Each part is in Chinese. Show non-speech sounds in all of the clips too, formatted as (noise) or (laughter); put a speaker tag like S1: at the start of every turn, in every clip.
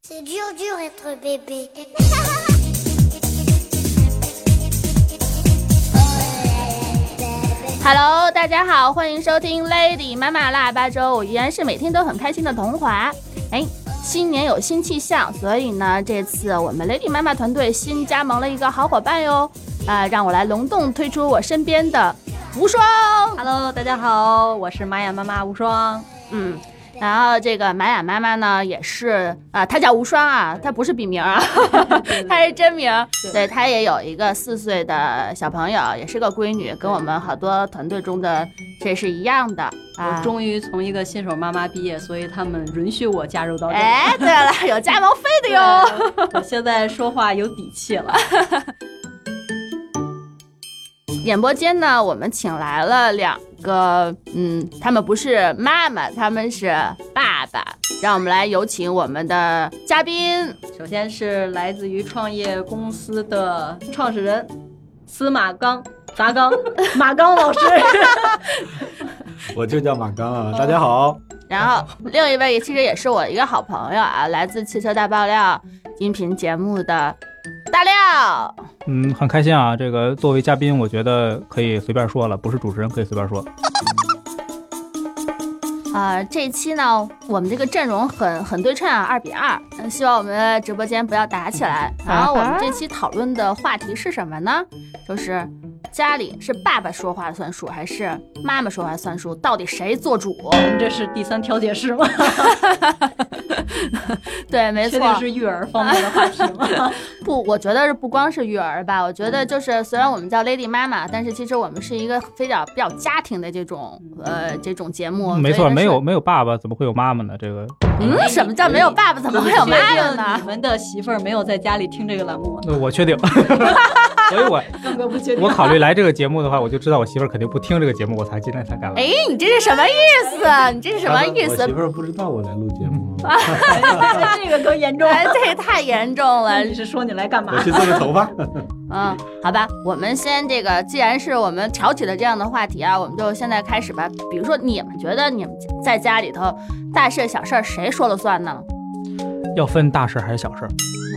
S1: C'est dur, dur être bébé.
S2: Hello，大家好，欢迎收听 Lady 妈妈腊八粥，我依然是每天都很开心的童华。哎，新年有新气象，所以呢，这次我们 Lady 妈妈团队新加盟了一个好伙伴哟。啊、让我来隆重推出我身边的无双。
S3: Hello，大家好，我是玛雅妈妈无双。
S2: 嗯，然后这个玛雅妈妈呢，也是啊、她叫无双啊，她不是笔名
S3: (laughs)
S2: 啊，她是真名。对，她也有一个四岁的小朋友，也是个闺女，跟我们好多团队中的这是一样的啊
S3: 我。终于从一个新手妈妈毕业，所以他们允许我加入到这里。
S2: 哎，对了，有加盟费的
S3: 对
S2: 哟。
S3: 我现在说话有底气了。
S2: 演播间呢，我们请来了两个，嗯，他们不是妈妈，他们是爸爸。让我们来有请我们的嘉宾，
S3: 首先是来自于创业公司的创始人司马刚，达刚，马刚老师。 (laughs)
S4: 我就叫马刚啊，大家好，
S2: 然后另一位其实也是我一个好朋友啊，来自汽车大爆料音频节目的大料。
S5: 嗯，很开心啊！这个作为嘉宾，我觉得可以随便说了，不是主持人可以随便说。
S2: 啊、这期呢，我们这个阵容很很对称啊，二比二。嗯希望我们的直播间不要打起来。然后我们这期讨论的话题是什么呢？就是家里是爸爸说话算数还是妈妈说话算数？到底谁做主？
S3: 这是第三调解室吗？
S2: 对， (laughs) 没
S3: 确
S2: 错，
S3: 定是育儿方面的话题吗？
S2: 不，我觉得是不光是育儿吧，我觉得就是虽然我们叫 Lady 妈妈，但是其实我们是一个非常比较家庭的这种呃这种节目。所
S5: 没
S2: 以
S5: 错，
S2: 它是
S5: 没有。没有爸爸，怎么会有妈妈呢？
S3: (laughs)
S5: 这个，
S2: 嗯，什么叫 (laughs) 没有爸爸？怎么会有妈妈
S3: 你
S2: 呢？
S3: 们的媳妇儿没有在家里听这个栏
S2: (laughs)
S3: 目吗？ (laughs)
S5: 那我确定， (laughs) 所以我
S3: 根本不确定。
S5: 我考虑来这个节目的话，我就知道我媳妇儿肯定不听这个节目，我才今天才敢来。
S2: 哎，你这是什么意思？你这是什么意
S4: 我
S2: 思
S4: 媳？妇儿不知道我来录节目，
S3: 这个更严重。
S2: 哎，这也太严重了
S3: 那。你是说你来干嘛
S4: 我？去做个头发。
S2: 嗯，好吧，我们先这个，既然是我们挑起了这样的话题啊，我们就现在开始吧。比如说，你们觉得你们在家里头大事小事儿谁说了算呢？
S5: 要分大事还是小事？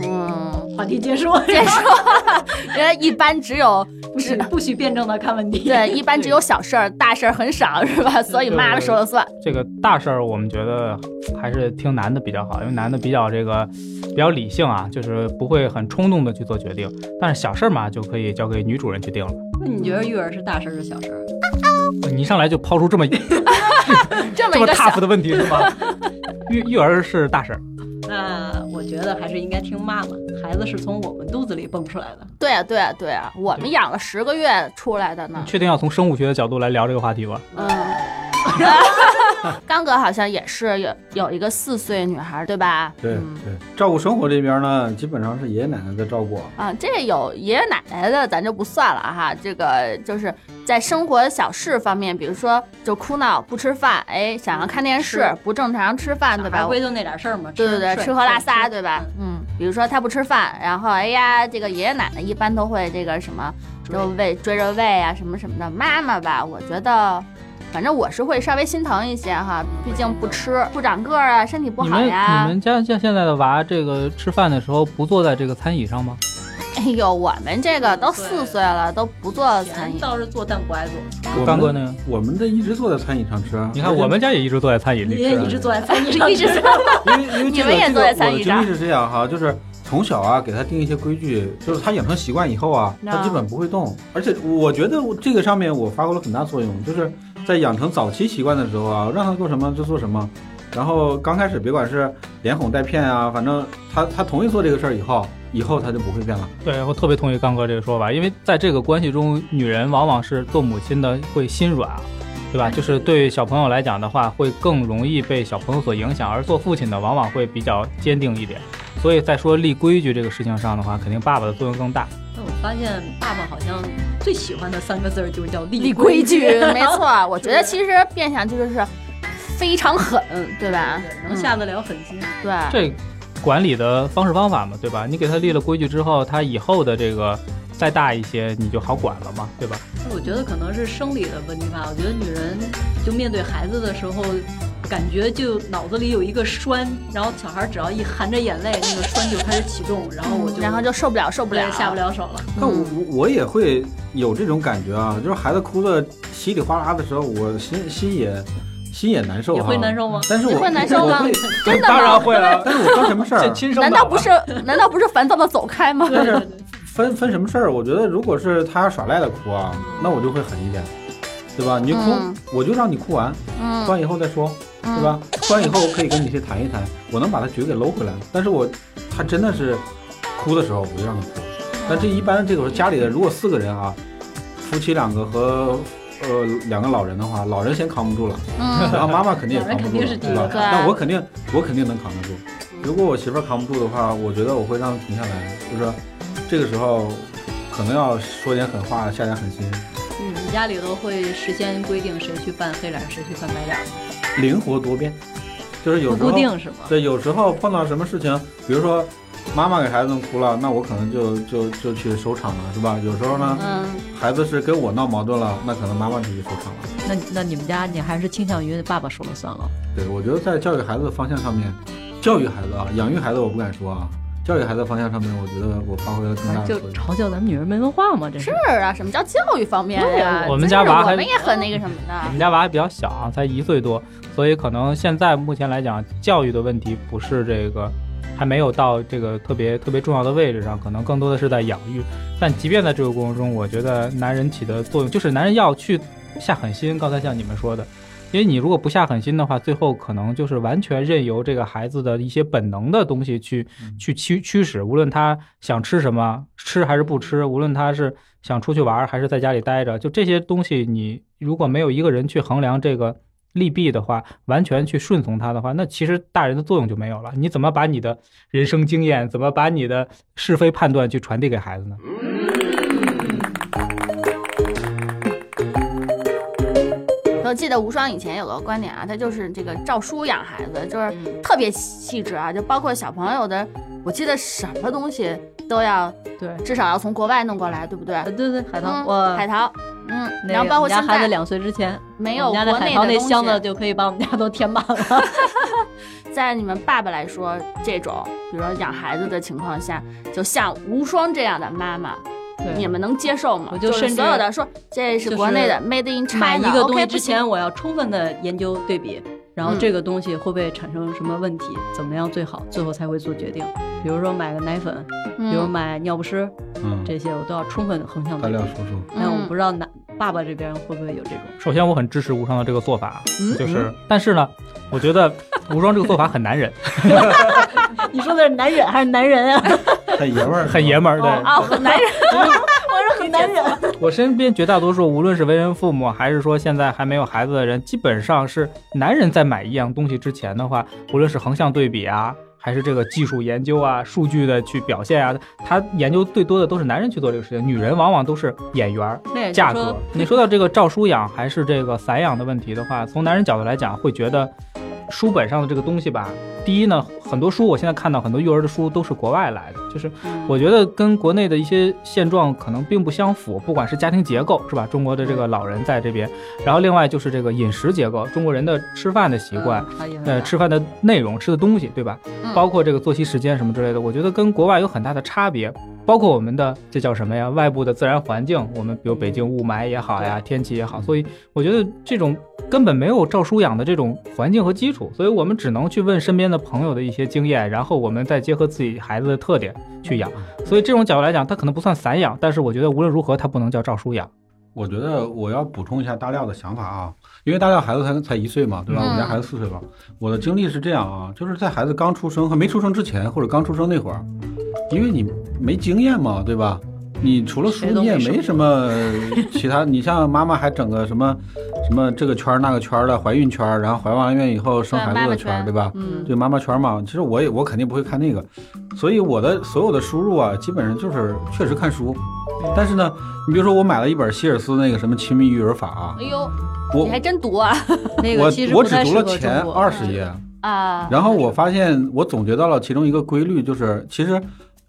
S2: 嗯，
S3: 话题结束，
S2: 别说， (laughs) 人一般只有
S3: 不许不许辩证的看问题。
S2: 对，一般只有小事儿，大事儿很少，是吧？所以妈妈说了算。
S5: 这个大事儿，我们觉得还是听男的比较好，因为男的比较这个比较理性啊，就是不会很冲动的去做决定。但是小事儿嘛，就可以交给女主人去定了。
S3: 那你觉得育儿是大事儿是小事儿？
S5: 你一上来就抛出这么
S2: 这么
S5: 这
S2: 一
S5: 么
S2: 个小
S5: tough 的问题是吗？育育儿是大事儿。
S3: 那我觉得还是应该听妈妈，孩子是从我们肚子里蹦出来的。
S2: 对啊，对啊，对啊，我们养了十个月出来的呢
S5: 你。确定要从生物学的角度来聊这个话题吗？
S2: 嗯，刚哥好像也是有有一个四岁女孩，对吧？
S4: 对
S2: 嗯
S4: 对，照顾生活这边呢，基本上是爷爷奶奶在照顾。
S2: 啊，这有爷爷奶奶的咱就不算了哈，这个就是在生活小事方面，比如说就哭闹、不吃饭，哎，想要看电视
S3: 是、
S2: 不正常吃饭，对吧？
S3: 不归就那点事儿嘛，
S2: 对对对，
S3: 睡
S2: 吃喝拉撒，
S3: 睡
S2: 对吧？嗯，比如说他不吃饭，然后哎呀，这个爷爷奶奶一般都会这个什么，
S3: 嗯
S2: 就喂追着喂啊，什么什么的。妈妈吧，我觉得，反正我是会稍微心疼一些哈，毕竟不吃不长个儿啊，身体不
S5: 你
S2: 好
S5: 们你
S2: 呀。
S5: 们家像现在的娃，这个吃饭的时候不坐在这个餐椅上吗？
S2: (laughs) 哎呦，我们这个都
S3: 对
S2: 四岁了，都不做餐
S3: 钱
S2: 饮。
S3: 倒是做，但不爱做。
S4: 我
S5: 刚哥
S4: 们
S5: 那个，
S4: 我们这一直坐在餐椅上吃。啊
S5: 你看我们家也一直坐在餐椅
S3: 你
S5: 里
S3: 也 (laughs)
S5: 吃
S3: 一
S5: 啊。
S2: (laughs)
S3: 直坐在餐椅上，
S2: 一直
S3: 坐。
S4: 因为
S2: (laughs)
S4: 因为
S2: 你
S4: 这个
S2: 们也
S4: 这
S2: 坐在
S4: 个我
S2: 餐椅
S4: 的
S2: 上
S4: 经历是这样哈，就是从小啊给他定一些规矩，就是他养成习惯以后啊，他基本不会动。而且我觉得我这个上面我发挥了很大作用，就是在养成早期习惯的时候啊，让他做什么就做什么。然后刚开始别管是连哄带骗啊，反正他他同意做这个事儿以后，以后他就不会变了。
S5: 对，我特别同意刚哥这个说法，因为在这个关系中，女人往往是做母亲的会心软，对吧？就是对小朋友来讲的话，会更容易被小朋友所影响，而做父亲的往往会比较坚定一点。所以在说立规矩这个事情上的话，肯定爸爸的作用更大。
S3: (laughs) 但我发现爸爸好像最喜欢的三个字儿就叫立
S2: 立规矩，
S3: (laughs)
S2: 没
S3: 然后
S2: 错。我觉得其实变相就是非常狠，对吧？
S3: 对能下得了狠心。
S2: 嗯对。
S5: 这管理的方式方法嘛，对吧？你给他立了规矩之后，他以后的这个再大一些，你就好管了嘛，对吧？
S3: 我觉得可能是生理的问题吧。我觉得女人就面对孩子的时候，感觉就脑子里有一个栓，然后小孩只要一含着眼泪，那个栓就开始启动，然后我就
S2: 嗯然后就受不了，受不了，
S3: 对下不。了
S4: (laughs)
S3: 手
S2: 嗯
S3: 了。
S4: 但我我也会有这种感觉啊，就是孩子哭的稀里哗啦的时候，我心心也心也难受、啊，
S3: 你会难受吗？
S4: 但是我
S2: 你会难受吗
S4: (laughs) 我会
S2: 真的吗
S5: 当然 (laughs) 会啊了，
S4: 但是我分什么
S5: (laughs)
S4: 事
S5: 这
S4: 儿？
S5: 亲
S2: (laughs)
S5: 生
S2: 难
S5: 的
S2: 道不是？ (laughs) 难道不是烦躁的走开
S3: (laughs)
S2: 吗？
S4: 但是分分什么事儿？我觉得如果是他耍赖的哭啊，那我就会狠一点，对吧？你就哭，
S2: 嗯
S4: 我就让你哭完，哭
S2: 嗯
S4: 完以后再说，
S2: 嗯
S4: 对吧？哭完以后我可以跟你去谈一谈，我能把他局给搂回来。但是我他真的是哭的时候，我就让他哭。但这一般这个时候家里的如果四个人啊，夫妻两个和呃两个老人的话，老人先扛不住了。
S2: 嗯
S4: 然后妈妈肯定也
S3: 两人
S4: 扛不
S3: 肯定
S4: 住了，
S3: 是
S4: 对
S3: 第一
S4: 吧
S3: 个？
S4: 那我肯定，我肯定能扛得住。如果我媳妇儿扛不住的话，我觉得我会让她停下来，就是说这个时候可能要说点狠话，下点狠心，
S3: 嗯，你家里头会事先规定谁去扮黑脸，谁去扮白脸，
S4: 灵活多变。就是有
S3: 不
S4: 时候
S3: 固，定是吗？
S4: 对，有时候碰到什么事情，比如说妈妈给孩子弄哭了，那我可能就就就去收场了，是吧？有时候呢，
S2: 嗯，
S4: 孩子是跟我闹矛盾了，那可能妈妈就去收场了。
S6: 那那你们家你还是倾向于爸爸说了算了。
S4: 对，我觉得在教育孩子的方向上面，教育孩子啊，养育孩子我不敢说啊，教育孩子的方向上面，我觉得我发挥了更大的
S6: 就
S4: 作用。
S6: 嘲笑咱们女人没文化嘛，这
S2: 是啊，什么叫教育方面呀？
S5: 我们
S2: 真是
S5: 家娃
S2: 我
S5: 还
S2: 们也很那个什么
S5: 我
S2: 的。
S5: 们家娃还比较小啊，才一岁多，所以可能现在目前来讲，教育的问题不是这个，还没有到这个特别特别重要的位置上，可能更多的是在养育。但即便在这个过程中，我觉得男人起的作用就是男人要去下狠心。刚才像你们说的，因为你如果不下狠心的话，最后可能就是完全任由这个孩子的一些本能的东西去去驱驱使，无论他想吃什么，吃还是不吃，无论他是想出去玩儿还是在家里待着，就这些东西，你如果没有一个人去衡量这个利弊的话，完全去顺从他的话，那其实大人的作用就没有了。你怎么把你的人生经验，怎么把你的是非判断去传递给孩子呢？
S2: 我记得无双以前有个观点啊，他就是这个照书养孩子，就是特别细致啊，就包括小朋友的，我记得什么东西都要
S6: 对
S2: 至少要从国外弄过来，对不对？
S3: 啊，对对，海
S2: 嗯
S3: 棠，我
S2: 海淘，嗯，
S3: 那
S2: 然后包括
S3: 我们家
S2: 现
S3: 孩子
S2: 在
S3: 两岁之前，
S2: 没
S3: 我
S2: 有
S3: 们家
S2: 国
S3: 的
S2: 内
S3: 海棠那
S2: 东
S3: 箱子
S2: 西，
S3: 就可以把我们家都填满
S2: (laughs)
S3: 了。
S2: 在你们爸爸来说，这种比如说养孩子的情况下，就像无双这样的妈妈，
S6: 对
S2: 你们能接受吗？
S3: 我就
S2: 就是
S3: 甚至
S2: 所有的说这是国内的 Made in
S3: 买
S2: China，
S3: 一个东
S2: OK，
S3: 西
S2: 不
S3: 之前，我要充分的研究对比，然后
S2: 嗯
S3: 这个东西会不会产生什么问题，怎么样最好，最后才会做决定。比如说买个奶粉，
S2: 行，
S3: 比如
S2: 嗯
S3: 买尿不湿，
S4: 嗯，
S3: 这些我都要充分横向
S4: 大
S3: 对比
S4: 亮。叔叔，
S3: 但我不知道男爸爸这边会不会有这种，
S5: 首先，我很支持无双的这个做法，啊
S2: 嗯
S5: 就是，但是呢，我觉得无双这个做法很难忍，
S6: 你说的是男人还是男人
S3: (laughs)
S6: 啊？
S4: 很爷们儿，
S5: 很爷们儿，对。
S2: 哦，很难忍，
S6: 我说很男
S3: 啊
S6: 人。
S5: 我身边绝大多数，无论是为人父母，还是说现在还没有孩子的人，基本上是男人在买一样东西之前的话，无论是横向对比啊，还是这个技术研究啊、数据的去表现啊，他研究最多的都是男人去做这个事情，女人往往都是眼缘儿、
S3: (laughs) 那也就
S5: 价
S3: 是
S5: 格
S3: 说。
S5: 你说到这个照书养还是这个散养的问题的话，从男人角度来讲，会觉得书本上的这个东西吧，第一呢，很多书我现在看到很多育儿的书都是国外来的，就是我觉得跟国内的一些现状可能并不相符，不管是家庭结构是吧，中国的这个老人在这边，然后另外就是这个饮食结构，中国人的吃饭的习惯，
S3: 嗯，他也
S5: 呃，吃饭的内容、吃的东西，对吧？
S2: 嗯
S5: 包括这个作息时间什么之类的，我觉得跟国外有很大的差别。包括我们的这叫什么呀？外部的自然环境，我们比如北京雾霾也好呀，天气也好，所以我觉得这种根本没有照书养的这种环境和基础，所以我们只能去问身边的朋友的一些经验，然后我们再结合自己孩子的特点去养。所以这种角度来讲，它可能不算散养，但是我觉得无论如何，它不能叫照书养。
S4: 我觉得我要补充一下大亮的想法啊，因为大亮孩子才才一岁嘛，对吧？
S2: 嗯
S4: 我家孩子四岁了。我的经历是这样啊，就是在孩子刚出生和没出生之前，或者刚出生那会儿，因为你没经验嘛，对吧？你除了书，
S3: 谁都
S4: 你也
S3: 没
S4: 没什么其他。你像妈妈还整个什么什么这个圈儿那个圈儿的怀孕圈儿，然后怀完孕以后生
S2: 对
S4: 孩
S2: 妈
S4: 子
S2: 妈
S4: 的圈儿，
S2: 圈
S4: 对吧？
S2: 嗯
S4: 对妈妈圈嘛，其实我也我肯定不会看那个，所以我的所有的输入啊，基本上就是确实看书，但是呢，你比如说我买了一本希尔斯那个什么《亲密育儿法》啊
S2: 哎，呦，
S4: 我
S2: 你还真毒啊
S3: 那
S4: 我
S3: 个其实
S4: 我
S3: 不
S4: 只
S3: 太
S4: 读
S3: 适
S4: 了
S3: 合中
S4: 前
S3: 国。嗯
S4: 二十页，
S2: 啊！
S4: 然后我发现我总结到了其中一个规律，就是其实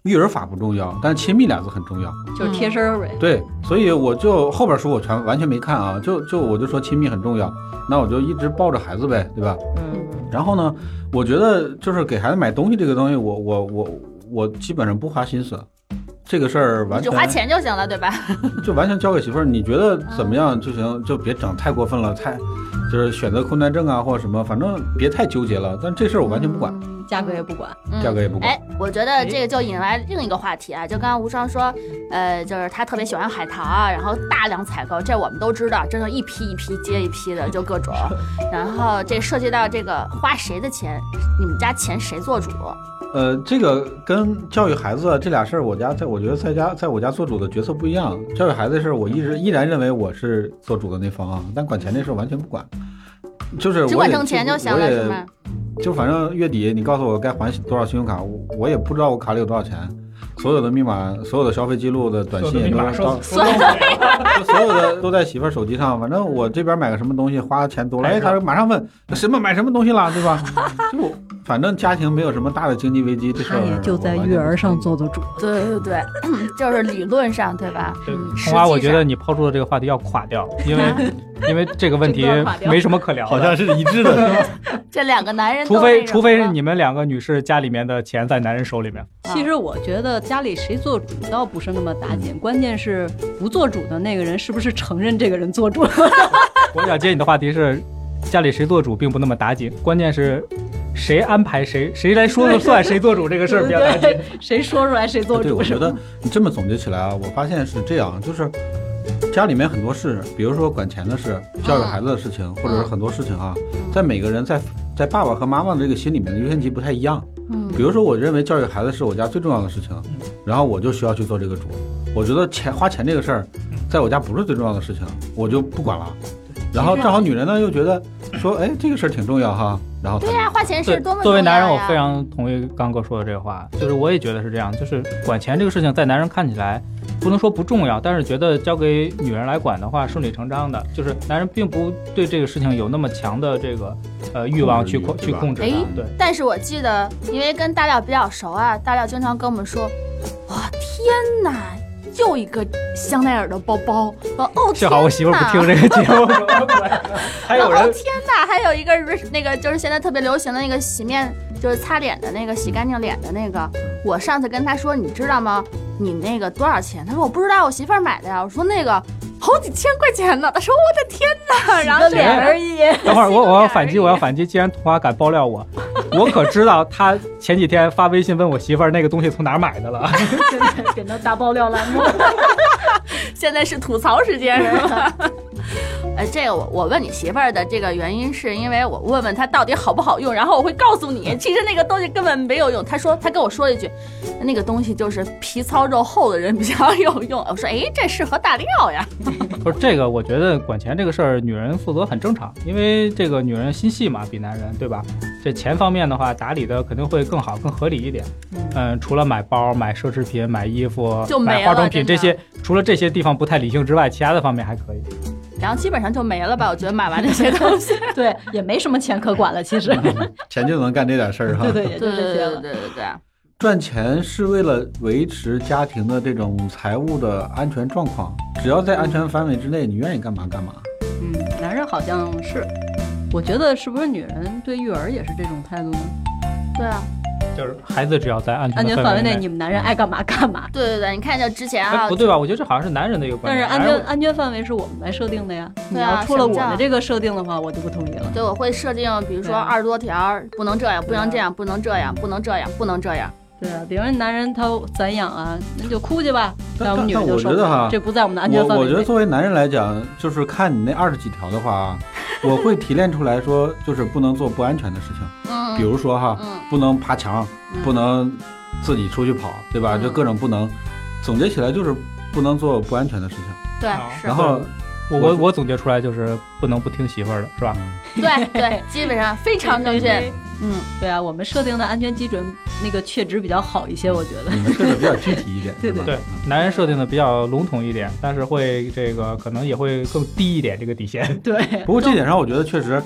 S4: 育儿法不重要，但亲密俩字很重要。
S3: 就是贴身儿呗。
S4: 对，所以我就后边书我全完全没看啊，就就我就说亲密很重要，那我就一直抱着孩子呗，对吧？
S3: 嗯，
S4: 然后呢，我觉得就是给孩子买东西这个东西，我我我我基本上不花心思，这个事儿完
S2: 你只
S4: 全
S2: 花钱就行了，对吧？
S4: 就完全交给媳妇儿，你觉得怎么样就行，就别整太过分了，太就是选择困难症啊或者什么，反正别太纠结了。但这事儿我完全不管，
S3: 价格也不管。
S2: 嗯
S4: 价格也不管。
S2: 哎，我觉得这个就引来另一个话题啊，就刚刚无双说，呃，就是他特别喜欢海淘啊，然后大量采购，这我们都知道，真的一批一批接一批的，就各种。
S5: (laughs)
S2: 然后这涉及到这个花谁的钱，你们家钱谁做主？
S4: 呃，这个跟教育孩子啊这俩事儿，我家在我觉得在家在我家做主的角色不一样。教育孩子的事儿，我一直依然认为我是做主的那方啊，但管钱这事儿完全不管，就是我
S2: 只管
S4: 也
S2: 挣钱就行
S4: 我
S2: 了，
S4: 也
S2: 是吗？
S4: 就反正月底你告诉我该还多少信用卡，我我也不知道我卡里有多少钱，所有的密码、所有的消费记录的短信也都
S7: 马
S4: 是到
S7: 上说到
S4: 就 (laughs) 所有的都在媳妇儿手机上。反正我这边买个什么东西花的钱多了，哎，她马上问什么买什么东西啦，对吧？
S6: (laughs)
S4: 就我反正家庭没有什么大的经济危机，这事
S6: 他
S4: 儿
S6: 也就在
S4: 我完全
S6: 育儿上
S4: 不
S6: 做做主。
S2: 对对对，
S5: (laughs)
S2: 就是理论上对吧？
S5: 对
S2: 嗯
S5: 红花，我觉。
S2: 实际
S5: 得
S2: 上
S5: 你抛出的这个话题要垮掉，因
S2: (laughs)
S5: 为因为这个问题
S3: 这段垮掉
S5: 没什么可聊的，
S7: 好像是一致的。
S2: 这两个男人都
S5: 除非
S2: (laughs) 那种
S5: 除非
S2: 的
S5: 是你们两个女士家里面的钱在男人手里面，
S3: 其实我觉得家里谁做主倒不是那么
S4: 嗯
S3: 打紧，关键是不做主的那个人是不是承认这个人做主。
S5: 我想接你的话题是，家里谁做主并不那么打紧，关键是谁安排谁谁来说
S2: (laughs)
S5: 了算，谁做主这个事儿比较打紧。
S3: 对，谁说出来谁做
S4: 哎对，
S3: 主
S4: 我
S3: 是
S4: 觉
S3: 吧
S4: 得？你这么总结起来啊，我发现是这样，就是家里面很多事，比如说管钱的事、教育孩子的事情，或者是很多事情啊，在每个人在在爸爸和妈妈的这个心里面的优先级不太一样。
S2: 嗯
S4: 比如说，我认为教育孩子是我家最重要的事情，然后我就需要去做这个主。我觉得钱花钱这个事儿，在我家不是最重要的事情，我就不管了。然后正好女人呢又觉得说，哎，这个事儿挺重要哈，然后她
S2: 对呀、花钱是
S5: 对
S2: 多么，
S5: 作为
S2: 重要
S5: 男人，我
S2: 呀
S5: 非常同意刚哥说的这个话，就是我也觉得是这样，就是管钱这个事情在男人看起来不能说不重要，但是觉得交给女人来管的话，顺理成章的，就是男人并不对这个事情有那么强的这个呃欲望去
S4: 控
S5: 控
S4: 制欲
S5: 去
S4: 对吧
S5: 控制它
S2: 哎，
S5: 对。
S2: 但是我记得，因为跟大料比较熟啊，大料经常跟我们说，哇，天哪，又一个香奈儿的包包，哦哦，
S5: 幸好我媳妇儿不听这个节
S2: (laughs)
S5: 目，还
S2: 还
S5: 有人
S2: 哦天哪，还有一个是那个就是现在特别流行的那个洗面，就是擦脸的那个洗干净脸的那个。我上次跟他说，你知道吗？你那个多少钱？他说我不知道，我媳妇儿买的呀。我说那个好几千块钱呢。他说我的天哪，然后
S6: 洗个脸而已，
S5: 等会儿我我要
S2: 洗个脸
S5: 反击，
S2: 而已
S5: 我要反击！既然童花敢爆料我，我可知道他前几天发微信问我媳妇儿那个东西从哪儿买的了。
S3: (laughs)
S6: 给给他大爆料栏目。
S2: 现在是吐槽时间是吧？ (laughs) 呃，这个我我问你媳妇儿的这个原因，是因为我问问她到底好不好用，然后我会告诉 (laughs) 你，其实那个东西根本没有用。她说她跟我说了一句，那个东西就是皮糙肉厚的人比较有用。我说哎，这适合大料呀。
S5: 不是这个，我觉得管钱这个事儿，女人负责很正常，因为这个女人心细嘛，比男人对吧？这钱方面的话，打理的肯定会更好、更合理一点。嗯，除了买包、买奢侈品、买衣服
S2: 就、没
S5: 买
S2: 了
S5: 化妆品
S2: 真
S5: 这
S2: 的
S5: 些，除了这些地方不太理性之外，其他的方面还可以。
S2: 然后基本上就没了吧，我觉得买完这些东西。
S3: (laughs)
S6: 对，也没什么钱可管了，其实。
S4: 钱就能干这点事儿哈。
S6: 对对，也就
S2: (laughs) 对
S6: 这
S2: 对
S6: 些
S2: 对
S6: 了。
S2: 对对对。
S4: 赚钱是为了维持家庭的这种财务的安全状况，只要在安全范围之内，你愿意干嘛干嘛。
S3: 嗯，男人好像是，我觉得是不是女人对育儿也是这种态度呢？
S2: 对啊，
S5: 就是孩子只要在安全
S3: 安
S5: 的
S3: 全范围
S5: 围
S3: 内，你们男人爱干嘛干嘛。
S2: 对对对，你看就之前啊
S5: 哎，不对吧？我觉得这好像是男人的一个观
S3: 但是
S5: 点。
S3: 安
S5: 哎
S3: 全安全范围是我们来设定的呀，你
S2: 对啊
S3: 要出了我
S2: 什么
S3: 的
S2: 叫
S3: 这个设定的话，我就不同意了。
S2: 对，我会设定，比如说
S3: 对啊
S2: 二十多条，不能这样，不能这
S3: 对啊
S2: 样，不能这样，不能这样，不能这样。
S3: 对啊，比如说男人他散养啊，那就哭去吧，
S4: 但
S3: 我们女
S4: 但
S3: 人就
S4: 我
S3: 受
S4: 觉
S3: 不
S4: 得
S3: 了
S4: 哈，
S3: 这不在我们的安全
S4: 我
S3: 范
S4: 我
S3: 围
S4: 觉得
S3: 内。
S4: 作为男人来讲，就是看你那二十几条的话，我会提炼出来说，就是不能做不安全的事情，
S2: 嗯，
S4: 比如说哈，
S2: 嗯
S4: 不能爬墙，
S2: 嗯
S4: 不能自己出去跑，对吧？
S2: 嗯
S4: 就各种不能，总结起来就是不能做不安全的事情。
S2: 对
S5: 好
S2: 是
S4: 然后
S5: 我我我总结出来就是不能不听媳妇儿的，是
S4: 嗯
S5: 吧？
S2: 对对，基本上非常正确。嗯，
S3: 对啊，我们设定的安全基准那个确值比较好一些，我觉得。
S4: 你们设的比较具体一点，
S3: (laughs) 对
S4: 是吧？
S5: 对，男人设定的比较笼统一点，但是会这个可能也会更低
S3: (laughs)
S5: 一点这个底线。
S4: (laughs)
S3: 对，
S4: 不过这点上，我觉得确实，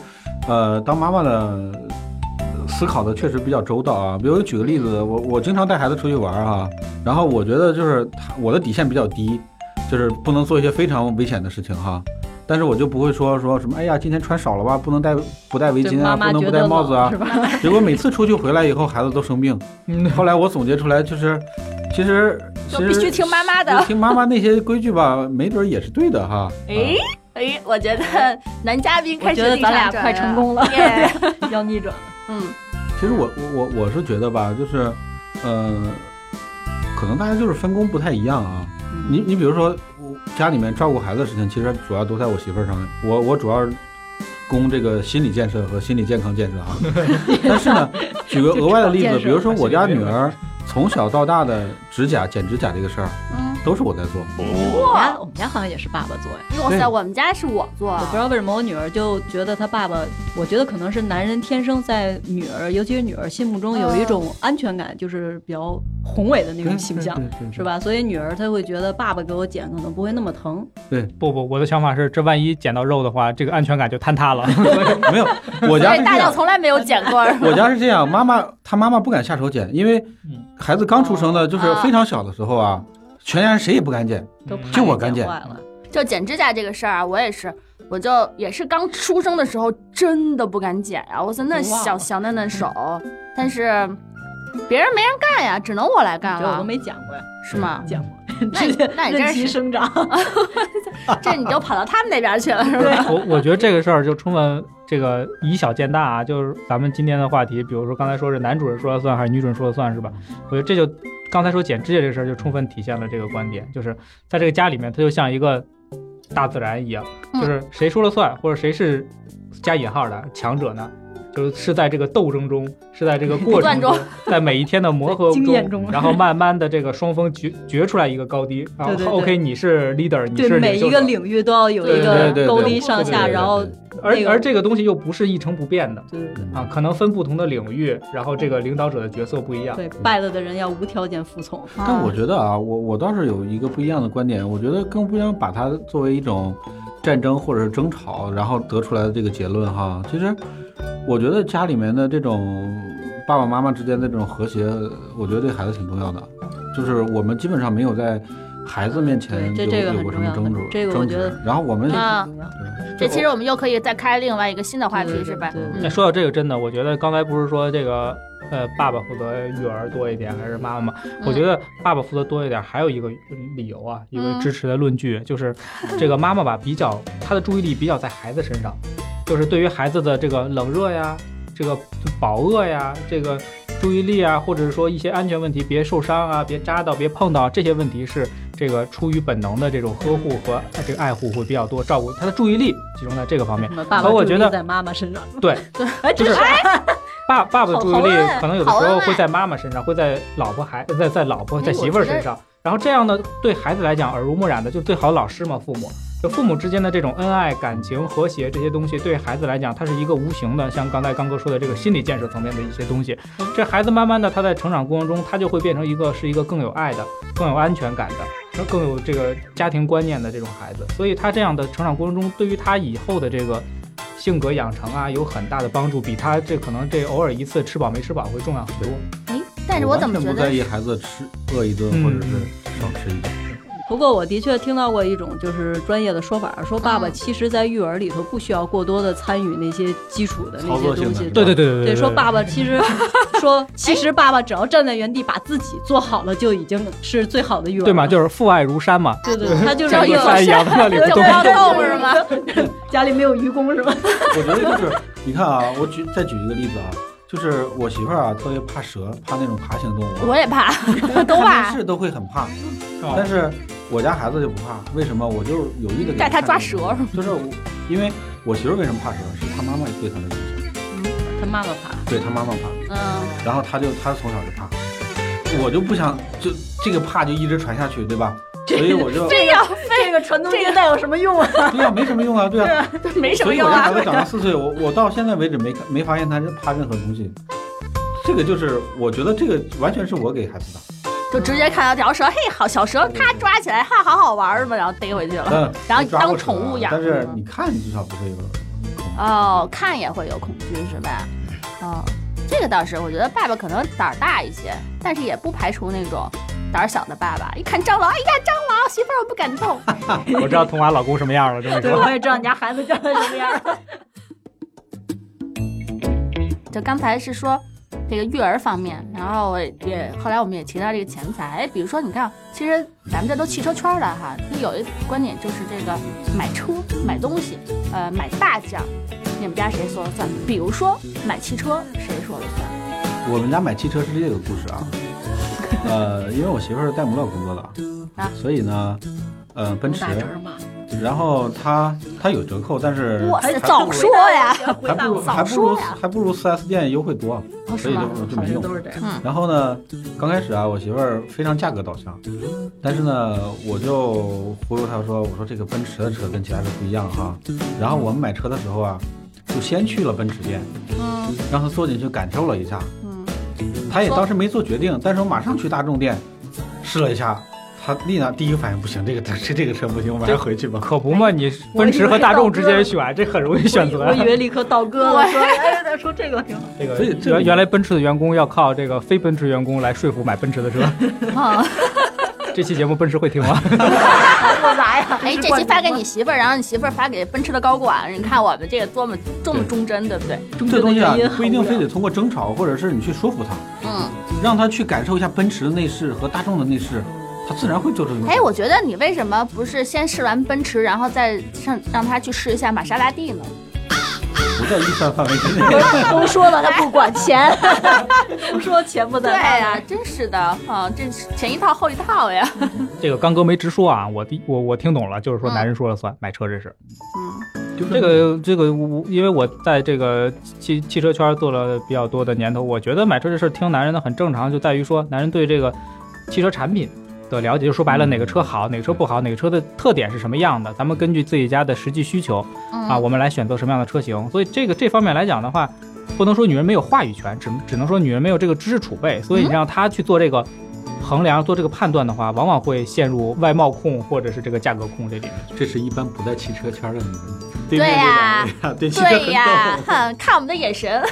S4: 呃，当妈妈的呃思考的确实比较周到啊。比如举个例子，我我经常带孩子出去玩哈、然后我觉得就是他我的底线比较低，就是不能做一些非常危险的事情哈。但是我就不会说说什么，哎呀，今天穿少了吧，不能戴不戴围
S3: 对
S4: 巾
S3: 妈
S4: 啊，
S3: 妈
S4: 不能
S3: 觉
S4: 不戴
S3: 得
S4: 帽子
S3: 冷
S4: 啊
S3: 是。吧？
S2: (laughs)
S4: 结果每次出去回来以后，孩子都生病。
S5: 嗯，
S4: 后来我总结出来就是，其实其
S2: 就
S4: 实
S2: 必须听妈妈的。
S4: 听妈妈那些规矩吧，没准儿也是对的哈。
S2: 哎哎，我觉得男嘉宾开
S3: 我
S2: 始
S3: 觉得
S2: 立
S3: 咱
S2: 场
S3: 俩
S2: 转
S3: 快
S2: (laughs)
S3: 成功了，
S2: 耶
S3: 要逆转。
S2: 嗯，
S4: 其实我我我我是觉得吧，就是，呃，可能大家就是分工不太一样啊。
S5: 嗯
S4: 你你比如说，我家里面照顾孩子的事情，其实主要都在我媳妇儿上面。我我主要供这个心理建设和心理健康建设哈。但是呢，举个额外的例
S3: 这
S4: 子，
S3: 种建设
S4: 比如说我家女儿从小到大的指甲剪指甲这个事儿，
S2: 嗯
S4: 都是我在做。
S3: 我们家我们家好像也是爸爸做呀，
S2: 哇塞，
S4: 对
S2: 我们家是我做
S3: 我，不知道为什么我女儿就觉得她爸爸，我觉得可能是男人天生在女儿，尤其是女儿心目中有一种安全感，就是比较宏伟的那种
S5: 嗯
S3: 形象，是吧？所以女儿她会觉得爸爸给我剪可能不会那么疼，
S5: 不不，我的想法是，这万一捡到肉的话，这个安全感就坍塌了。
S4: (laughs) 没有，我
S2: 所
S4: 家是
S2: 以
S4: 这
S2: 大
S4: 样
S2: 亮。从来没有剪过。
S5: (laughs)
S4: 我家是这样，妈妈她妈妈不敢下手剪，因为
S5: 嗯
S4: 孩子刚出生的，就是非常小的时候啊，全家人谁也不敢剪。
S3: 都
S5: 嗯
S3: 怕
S4: 就我
S3: 给
S4: 敢
S3: 剪
S4: 剪
S3: 坏了。
S2: (laughs) 就剪指甲这个事儿啊，我也是，我就也是刚出生的时候真的不敢剪啊，我操那
S3: 哇
S2: 小小嫩嫩手，但是别人没人干呀，只能我来
S3: 觉
S2: 干
S3: 得我都
S2: 了，
S3: 没剪过呀，
S2: 是
S4: (laughs)
S2: 吗？
S3: 剪过，
S2: 那你那你真
S6: 任其
S2: 是，
S6: 生长，
S2: 这你就跑到他们那边去了，是吧？
S5: (laughs) 我我觉得这个事儿就充分这个以小见大啊，就是咱们今天的话题，比如说刚才说是男主人说了算还是女主人说了算，是吧？我觉得这就刚才说剪指甲这个事儿就充分体现了这个观点，就是在这个家里面，它就像一个大自然一样，
S2: 嗯
S5: 就是谁说了算，或者谁是加引号的强者呢？就是是在这个斗争中，是在这个过程
S2: 不
S5: 中，在每一天的磨合
S6: 经验中
S5: 然后慢慢的这个双方决决出来一个高低，然后
S3: 对对对
S5: OK 你是 leader，你
S3: 对
S5: 是
S3: 每
S5: 领袖
S3: 一个
S5: 者
S3: 领域都要有一
S4: 对对
S3: 个
S4: 对对
S3: 高低上
S5: 对对
S3: 下，
S5: 对
S3: 然后
S5: 而
S3: 那个
S5: 而这个东西又不是一成不变的
S3: 对对对
S5: 啊，可能分不同的领域，然后这个领导者的角色不一样。
S3: 对败了的人要无条件服从，
S2: 哦
S4: 但我觉得啊，我我倒是有一个不一样的观点，我觉得更不应把它作为一种战争或者是争吵，然后得出来的这个结论哈。其实我觉得家里面的这种爸爸妈妈之间的这种和谐，我觉得对孩子挺重要的。就是我们基本上没有在孩子面前
S3: 对
S4: 有
S3: 这这个
S4: 有
S3: 很
S4: 过什
S3: 重
S4: 么
S3: 要
S4: 争执，
S3: 这个我
S4: 争
S3: 觉
S4: 执
S3: 得
S4: 然后我
S5: 嗯
S4: 们
S2: 啊
S3: 重要
S2: 这其实我们又可以再开另外一个新的话题，
S3: 对对
S2: 是吧？
S3: 对对
S2: 嗯
S5: 那说到这个，真的，我觉得刚才不是说这个呃，爸爸负责育儿多一点，还是妈妈嘛？
S2: 嗯
S5: 我觉得爸爸负责多一点，还有一个理由啊，一个
S2: 嗯
S5: 支持的论据，就是这个妈妈吧，比较她的注意力比较在孩子身上，就是对于孩子的这个冷热呀，这个饱饿呀，这个注意力啊，或者是说一些安全问题，别受伤啊，别扎到，别碰到这些问题是这个出于本能的这种呵护和这个爱护会比较多，照顾她的注意力集中在这个方面
S3: 什。么爸爸
S5: 可我觉
S3: 注意
S5: 得
S3: 在妈妈身上， (laughs) 哎
S5: 对，就是爸爸爸的注意力
S2: 好
S5: 可能有的
S2: 好
S5: 时
S2: 恩
S5: 候
S2: 爱
S5: 会在妈妈身上，会在老婆孩在在老婆
S2: 哎
S5: 在媳妇儿
S2: 我觉得
S5: 身上，然后这样呢，对孩子来讲耳濡目染的，就最好老师嘛，父母。就父母之间的这种恩爱、感情、和谐这些东西，对于孩子来讲，它是一个无形的，像刚才刚哥说的这个心理建设层面的一些东西。这孩子慢慢的，他在成长过程中，他就会变成一个是一个更有爱的、更有安全感的、更有这个家庭观念的这种孩子。所以他这样的成长过程中，对于他以后的这个性格养成啊，有很大的帮助，比他这可能这偶尔一次吃饱没吃饱会重要很多。
S2: 哎，但是我怎么
S4: 完
S2: 觉
S4: 全不在
S2: 得
S4: 意孩子吃饿一顿
S5: 嗯
S4: 或者是少吃一顿？
S3: 不过我的确听到过一种就是专业的说法，说爸爸
S2: 嗯
S3: 其实在育儿里头不需要过多的参与那些基础的那
S4: 操作
S3: 些
S4: 性的
S3: 东西。
S4: 对对
S5: 对对
S3: 对，说爸爸其
S6: (laughs)
S3: 实
S6: 哎
S3: 说，其实爸爸只要站在原地把自己做好了，就已经是最好的育儿了。
S5: 对嘛，就是父爱如山嘛，
S3: 对对，对他就是
S2: 照
S5: 像
S2: 一
S5: 一
S3: 一
S5: 个
S2: 个
S5: 山一样在那里
S2: 就不
S5: 动。
S2: 要动是吗？
S3: 个家里没有愚公是吧？
S4: 我觉得就是，你看啊，我举再举一个例子啊，就是我媳妇儿啊特别怕蛇，怕那种爬行动物，啊
S2: 我也怕，都怕
S4: (laughs) 看电视都会很怕，
S5: 哦
S4: 但是我家孩子就不怕，为什么？我就有意的
S2: 带他抓蛇，是吗？
S4: 就是我因为我媳妇儿为什么怕蛇，是她妈妈对她的影响，
S3: 他妈妈怕，
S4: 对她妈妈怕，
S2: 嗯，
S4: 然后她就她从小就怕，我就不想就这个怕就一直传下去，对吧？所以我就
S2: 这 (laughs) 样
S6: 这个传宗接代有什么用啊？
S4: 对呀、没什么用啊，对
S2: (laughs)
S4: 啊，
S2: 没什
S4: 所
S2: 么
S4: 以我
S2: 用
S4: 家
S2: 啊
S4: 孩。子长到四岁，我我到现在为止没看没发现他怕任何东西。这个就是，我觉得这个完全是我给孩子的。
S2: 就直接看到条蛇，嘿，好小蛇，咔抓起来，哈，好好玩儿嘛，然后逮回去了。
S4: 嗯，
S2: 啊然后
S4: 你抓过
S2: 当宠物养
S4: 蛇啊但是你看，你至少不会有恐惧。
S2: 哦，看也会有恐惧是吧？哦，这个倒是，我觉得爸爸可能胆儿大一些，但是也不排除那种胆儿小的爸爸，一看蟑螂，哎呀，蟑螂，媳妇儿我不敢动。
S5: 我知道童娃老公什么样了，这么
S6: 对，
S5: 说
S6: 我。也知道你家孩子长得什么样儿。
S2: 就刚才是说这个育儿方面，然后我也后来我们也提到这个钱财，哎比如说你看，其实咱们这都汽车圈儿的哈，那有一观点就是这个买车、买东西，呃，买大件儿，你们家谁说了算？比如说买汽车，谁说了算？
S4: 我们家买汽车是这个故事啊，呃，因为我媳妇儿是戴姆勒工作的，
S2: 啊
S4: 所以呢，呃，奔驰，
S3: 嘛，
S4: 然后它它有折扣，但是
S2: 哇
S4: 还
S2: 塞，早哎说
S6: 啊
S2: 呀！
S4: 还不如
S2: 早
S4: 还不如
S2: 说呀
S4: 还不如四 S 店优惠多，啊
S2: 哦，是
S4: 所以
S2: 吗？
S4: 就就
S3: 好
S4: 没
S3: 像
S4: 用
S3: 都。是这样。
S4: 然后呢，刚开始啊，我媳妇儿非常价格导向，但是呢，我就忽悠她说，我说这个奔驰的车跟其他车不一样哈。然后我们买车的时候啊，就先去了奔驰店，
S2: 嗯
S4: 让她坐进去感受了一下。
S2: 嗯，
S4: 她也
S2: 说
S4: 当时没做决定，但是我马上去大众店试了一下，她立马第一个反应不行，这个 (laughs) 这这个车不行，我们还是回去吧。
S5: 可不嘛，你奔驰和大众之间选，这很容易选择
S3: 我以。为立刻倒戈了，说哎，他说这个挺好。
S5: 这个
S4: 所以这个
S5: 原原来奔驰的员工要靠这个非奔驰员工来说服买奔驰
S4: (laughs)
S5: 的车。
S2: (laughs) 啊，
S5: 这期节目奔驰会听吗？
S6: 干啥呀？
S2: 哎，这期发给你媳妇儿，然后你媳妇儿发给奔驰的高管，你看我们这个多么多么忠贞，对不嗯对？
S4: 这东西啊
S3: 原因，很
S4: 不一定
S3: 无聊
S4: 非得通过争吵，或者是你去说服她，
S2: 嗯，
S4: 让她去感受一下奔驰的内饰和大众的内饰，她自然会做出这种选择。
S2: 哎，我觉得你为什么不是先试完奔驰，然后再上让他去试一下玛莎拉蒂呢？
S4: 不在预算范围之内。
S6: 都说了他不管钱，
S3: 说钱 (laughs) 不在
S2: 对
S3: 话
S2: 呀、真是的，啊，这是前一套后一套呀。
S5: 这个刚哥没直说啊，我第我我听懂了，就是说
S2: 嗯
S5: 男人说了算，买车这事。
S2: 嗯，
S4: 就是
S5: 这个这个我因为我在这个汽汽车圈做了比较多的年头，我觉得买车这事儿听男人的很正常，就在于说男人对这个汽车产品的了解，就说白了
S4: 嗯
S5: 哪个车好，哪个车不好，哪个车的特点是什么样的，咱们根据自己家的实际需求
S2: 嗯
S5: 啊，我们来选择什么样的车型。所以这个这方面来讲的话，不能说女人没有话语权，只只能说女人没有这个知识储备，所以
S2: 嗯
S5: 你让她去做这个。衡量做这个判断的话，往往会陷入外貌控或者是这个价格控这里面。
S4: 这是一般不在汽车圈的女人
S2: 对呀
S4: 面这两位啊对汽车很
S2: 对呀、哼，看我们的眼神。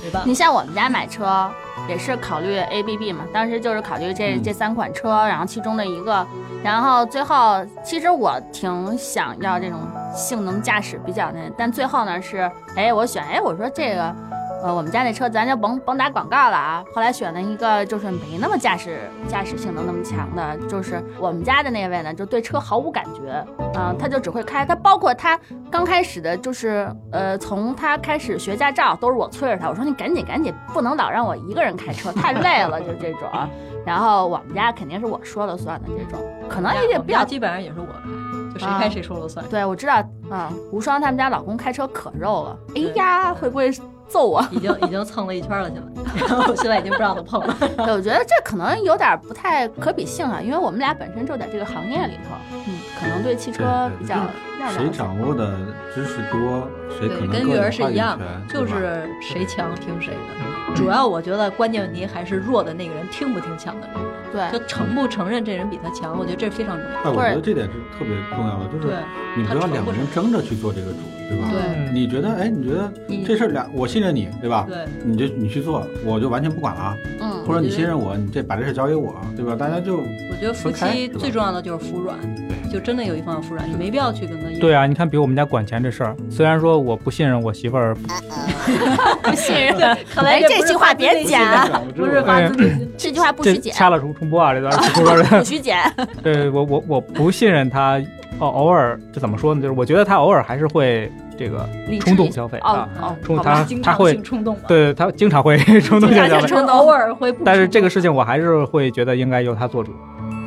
S3: 对吧？
S2: 你像我们家买车也是考虑 A B B 嘛，当时就是考虑这、
S4: 嗯
S2: 这三款车，然后其中的一个，然后最后其实我挺想要这种性能驾驶比较那，但最后呢是，哎，我选，哎，我说这个。呃，我们家那车咱就甭甭打广告了啊。后来选了一个就是没那么驾驶驾驶性能那么强的，就是我们家的那位呢，就对车毫无感觉，嗯、他就只会开。他包括他刚开始的，就是呃，从他开始学驾照都是我催着他，我说你赶紧赶紧，不能老让我一个人开车，太累了，就这种。啊然后我们家肯定是我说了算的这种，可能也
S3: 我们
S2: 比较
S3: 家基本上也是我开，就谁开谁说
S6: (laughs)
S3: 了算。
S2: 对，我知道，嗯，无双他们家老公开车可肉了，哎呀，会不会揍我？
S3: 已经已经蹭了一圈了，现在， (laughs) 然后现在已经不让他碰了。
S6: (laughs)
S2: 对，我觉得这可能有点不太可比性啊，因为我们俩本身就在这个行业里头，嗯，可能对汽车
S4: 对对
S2: 比较要
S4: 谁
S2: 了解。
S4: 掌握的知识多，谁可
S3: 对，
S4: 能
S3: 跟育儿是一样，就
S4: 更有话语权
S3: 是谁强听谁
S4: 嗯
S3: 的。主要我觉得关键问题还是弱的那个人听不听强的人，
S6: 嗯
S3: 就
S2: 对，
S3: 承不承认这人比他强，我觉得这非常重要。
S4: 对吧哎，我觉得这点是特别重要的，就是
S3: 对
S4: 你不要两个人争着去做这个主，对吧？
S3: 对
S5: 嗯
S4: 你觉得，哎，你觉得
S3: 你
S4: 这事儿俩我信任你，对吧？
S3: 对，
S4: 你就你去做，我就完全不管了，啊
S2: 嗯，
S4: 或者你
S3: 我觉得
S4: 信任我，你这把这事交给我，对吧？大家就
S3: 我觉得夫
S4: 分开
S3: 妻
S4: 是吧
S3: 最重要的就是服软，就真的有一方要服软，你没必要去跟他硬
S5: 对啊，你看，比如我们家管钱这事儿，虽然说我不信任我媳妇儿，
S2: 不信任。
S3: 看来
S2: 哎
S3: 不
S2: 这
S3: 是
S2: 句话别剪啊，
S3: 不是
S4: 哎
S3: 发自内 (laughs) 心。
S2: 这句话不
S5: 这
S2: 许剪，
S5: 掐了重重播
S2: (laughs)
S5: 啊，这段儿重 (laughs) 播
S2: 不许剪。
S5: 对我我我不信任他，哦，偶尔这怎么说呢？就是我觉得他偶尔还是会这个
S2: 理智
S5: 冲动
S2: 一
S5: 消费
S2: 哦
S5: 啊，
S2: 哦，
S5: 冲
S2: 好
S5: 他
S2: 吧，
S3: 经
S5: 他
S3: 常
S5: 会
S3: 性冲动吧，
S5: 对他经常会冲动性消
S2: 常
S5: 费
S2: 性，
S3: 就是偶尔会不。
S5: 但是这个事情我还是会觉得应该由他做主。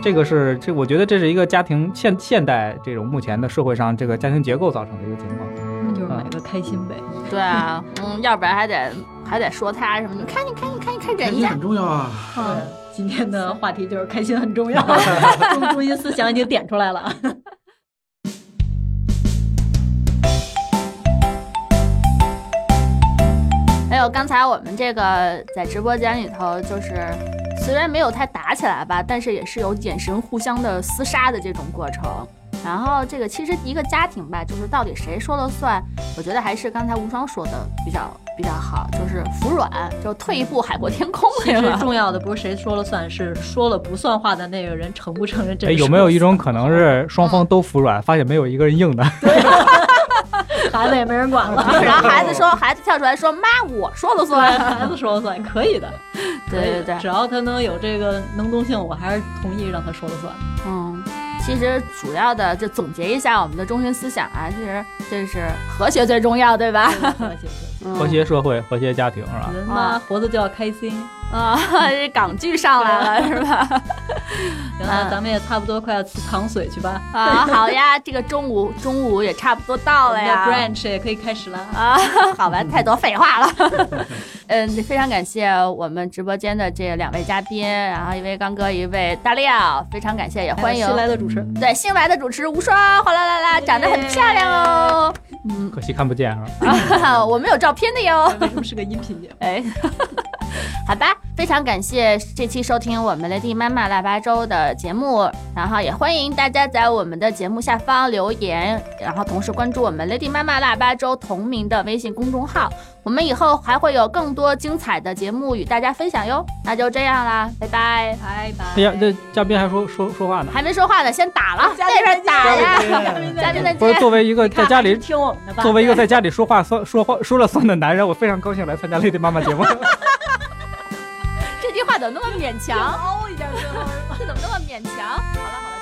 S5: 这个是这，我觉得这是一个家庭现现代这种目前的社会上这个家庭结构造成的一个情况。
S3: 就是
S5: 嗯
S3: 买个开心呗。
S2: 对啊，嗯，要不然还得还得说他什么？你看，你看，你看，你看
S4: 开
S2: 人
S4: 心
S2: 家
S4: 很，重要啊。
S3: (laughs)
S2: 嗯，
S3: 对，今天的话题就是开心很
S5: (laughs)
S3: 重要，中中心思想已经点出来了。 (laughs)
S2: 还有哎刚才我们这个在直播间里头，就是虽然没有太打起来吧，但是也是有眼神互相的厮杀的这种过程。然后这个其实一个家庭吧，就是到底谁说了算，我觉得还是刚才无双说的比较比较好，就是服软，就退一步海阔天空
S3: 其
S2: 对
S3: 实
S2: 吧？
S3: (laughs) 重要的不是谁说了算，是说了不算话的那个人承不承认这
S5: 哎，
S3: 个。
S5: 有没有一种可能是双方都服软，发现没有一个人硬的？ (laughs)
S3: 孩子也没人管了？ (laughs)
S2: 然后孩子说，孩子跳出来说：“妈，我说了算。
S3: 孩子说了算，可以的。”
S2: 对对对
S3: 只，要他能有这个能动性，我还是同意让他说了 (laughs) 算。
S2: 嗯，其实主要的就总结一下我们的中心思想啊，其实就是和谐最重要，对吧？嗯
S3: 和谐
S5: 和谐社会、和谐家庭是吧？
S3: 人嘛，活得就要开心。
S2: 啊， (laughs) 这港剧上来
S3: 啊
S2: 了是吧？
S3: 行了，咱们也差不多快要吃糖水去吧。
S2: 啊，好呀，这个中午中午也差不多到
S3: 我
S2: 了
S3: 们的
S2: 呀。
S3: branch 也可以开始了。
S2: 啊，好吧，太多废话了。 (laughs) 嗯，非常感谢我们直播间的这两位嘉宾，然后一位刚哥，一位大料，非常感谢，也欢迎
S3: 还有新来的主持人。
S2: 对新来的主持无双，哗啦啦啦，长得很漂亮哦。
S3: 嗯
S5: 可惜看不见啊。
S2: 啊， (laughs) 我们有照片的哟。
S3: 为什么是个音频节目？
S2: 哎， (laughs) 好吧，非常感谢这期收听我们的 a 妈妈腊八粥的节目，然后也欢迎大家在我们的节目下方留言，然后同时关注我们 Lady 妈妈腊八粥同名的微信公众号，我们以后还会有更多精彩的节目与大家分享哟。那就这样啦，拜拜。
S3: 拜拜。
S5: 哎呀，这嘉宾还说说说话呢。
S2: 还没说话呢，先打
S3: (laughs)
S2: 了，那边打呀，嘉宾再
S5: 不是
S2: 见。
S5: 作为一个在家
S3: 还是
S5: 里
S3: 听我们的吧。
S5: 作为一个在家里说话算说话说了算的男人，我非常高兴来参加《Lady 妈妈》节目。
S3: (laughs) 哦
S2: (laughs) 这句话怎么那么勉强？这怎么那么勉强？好了好了。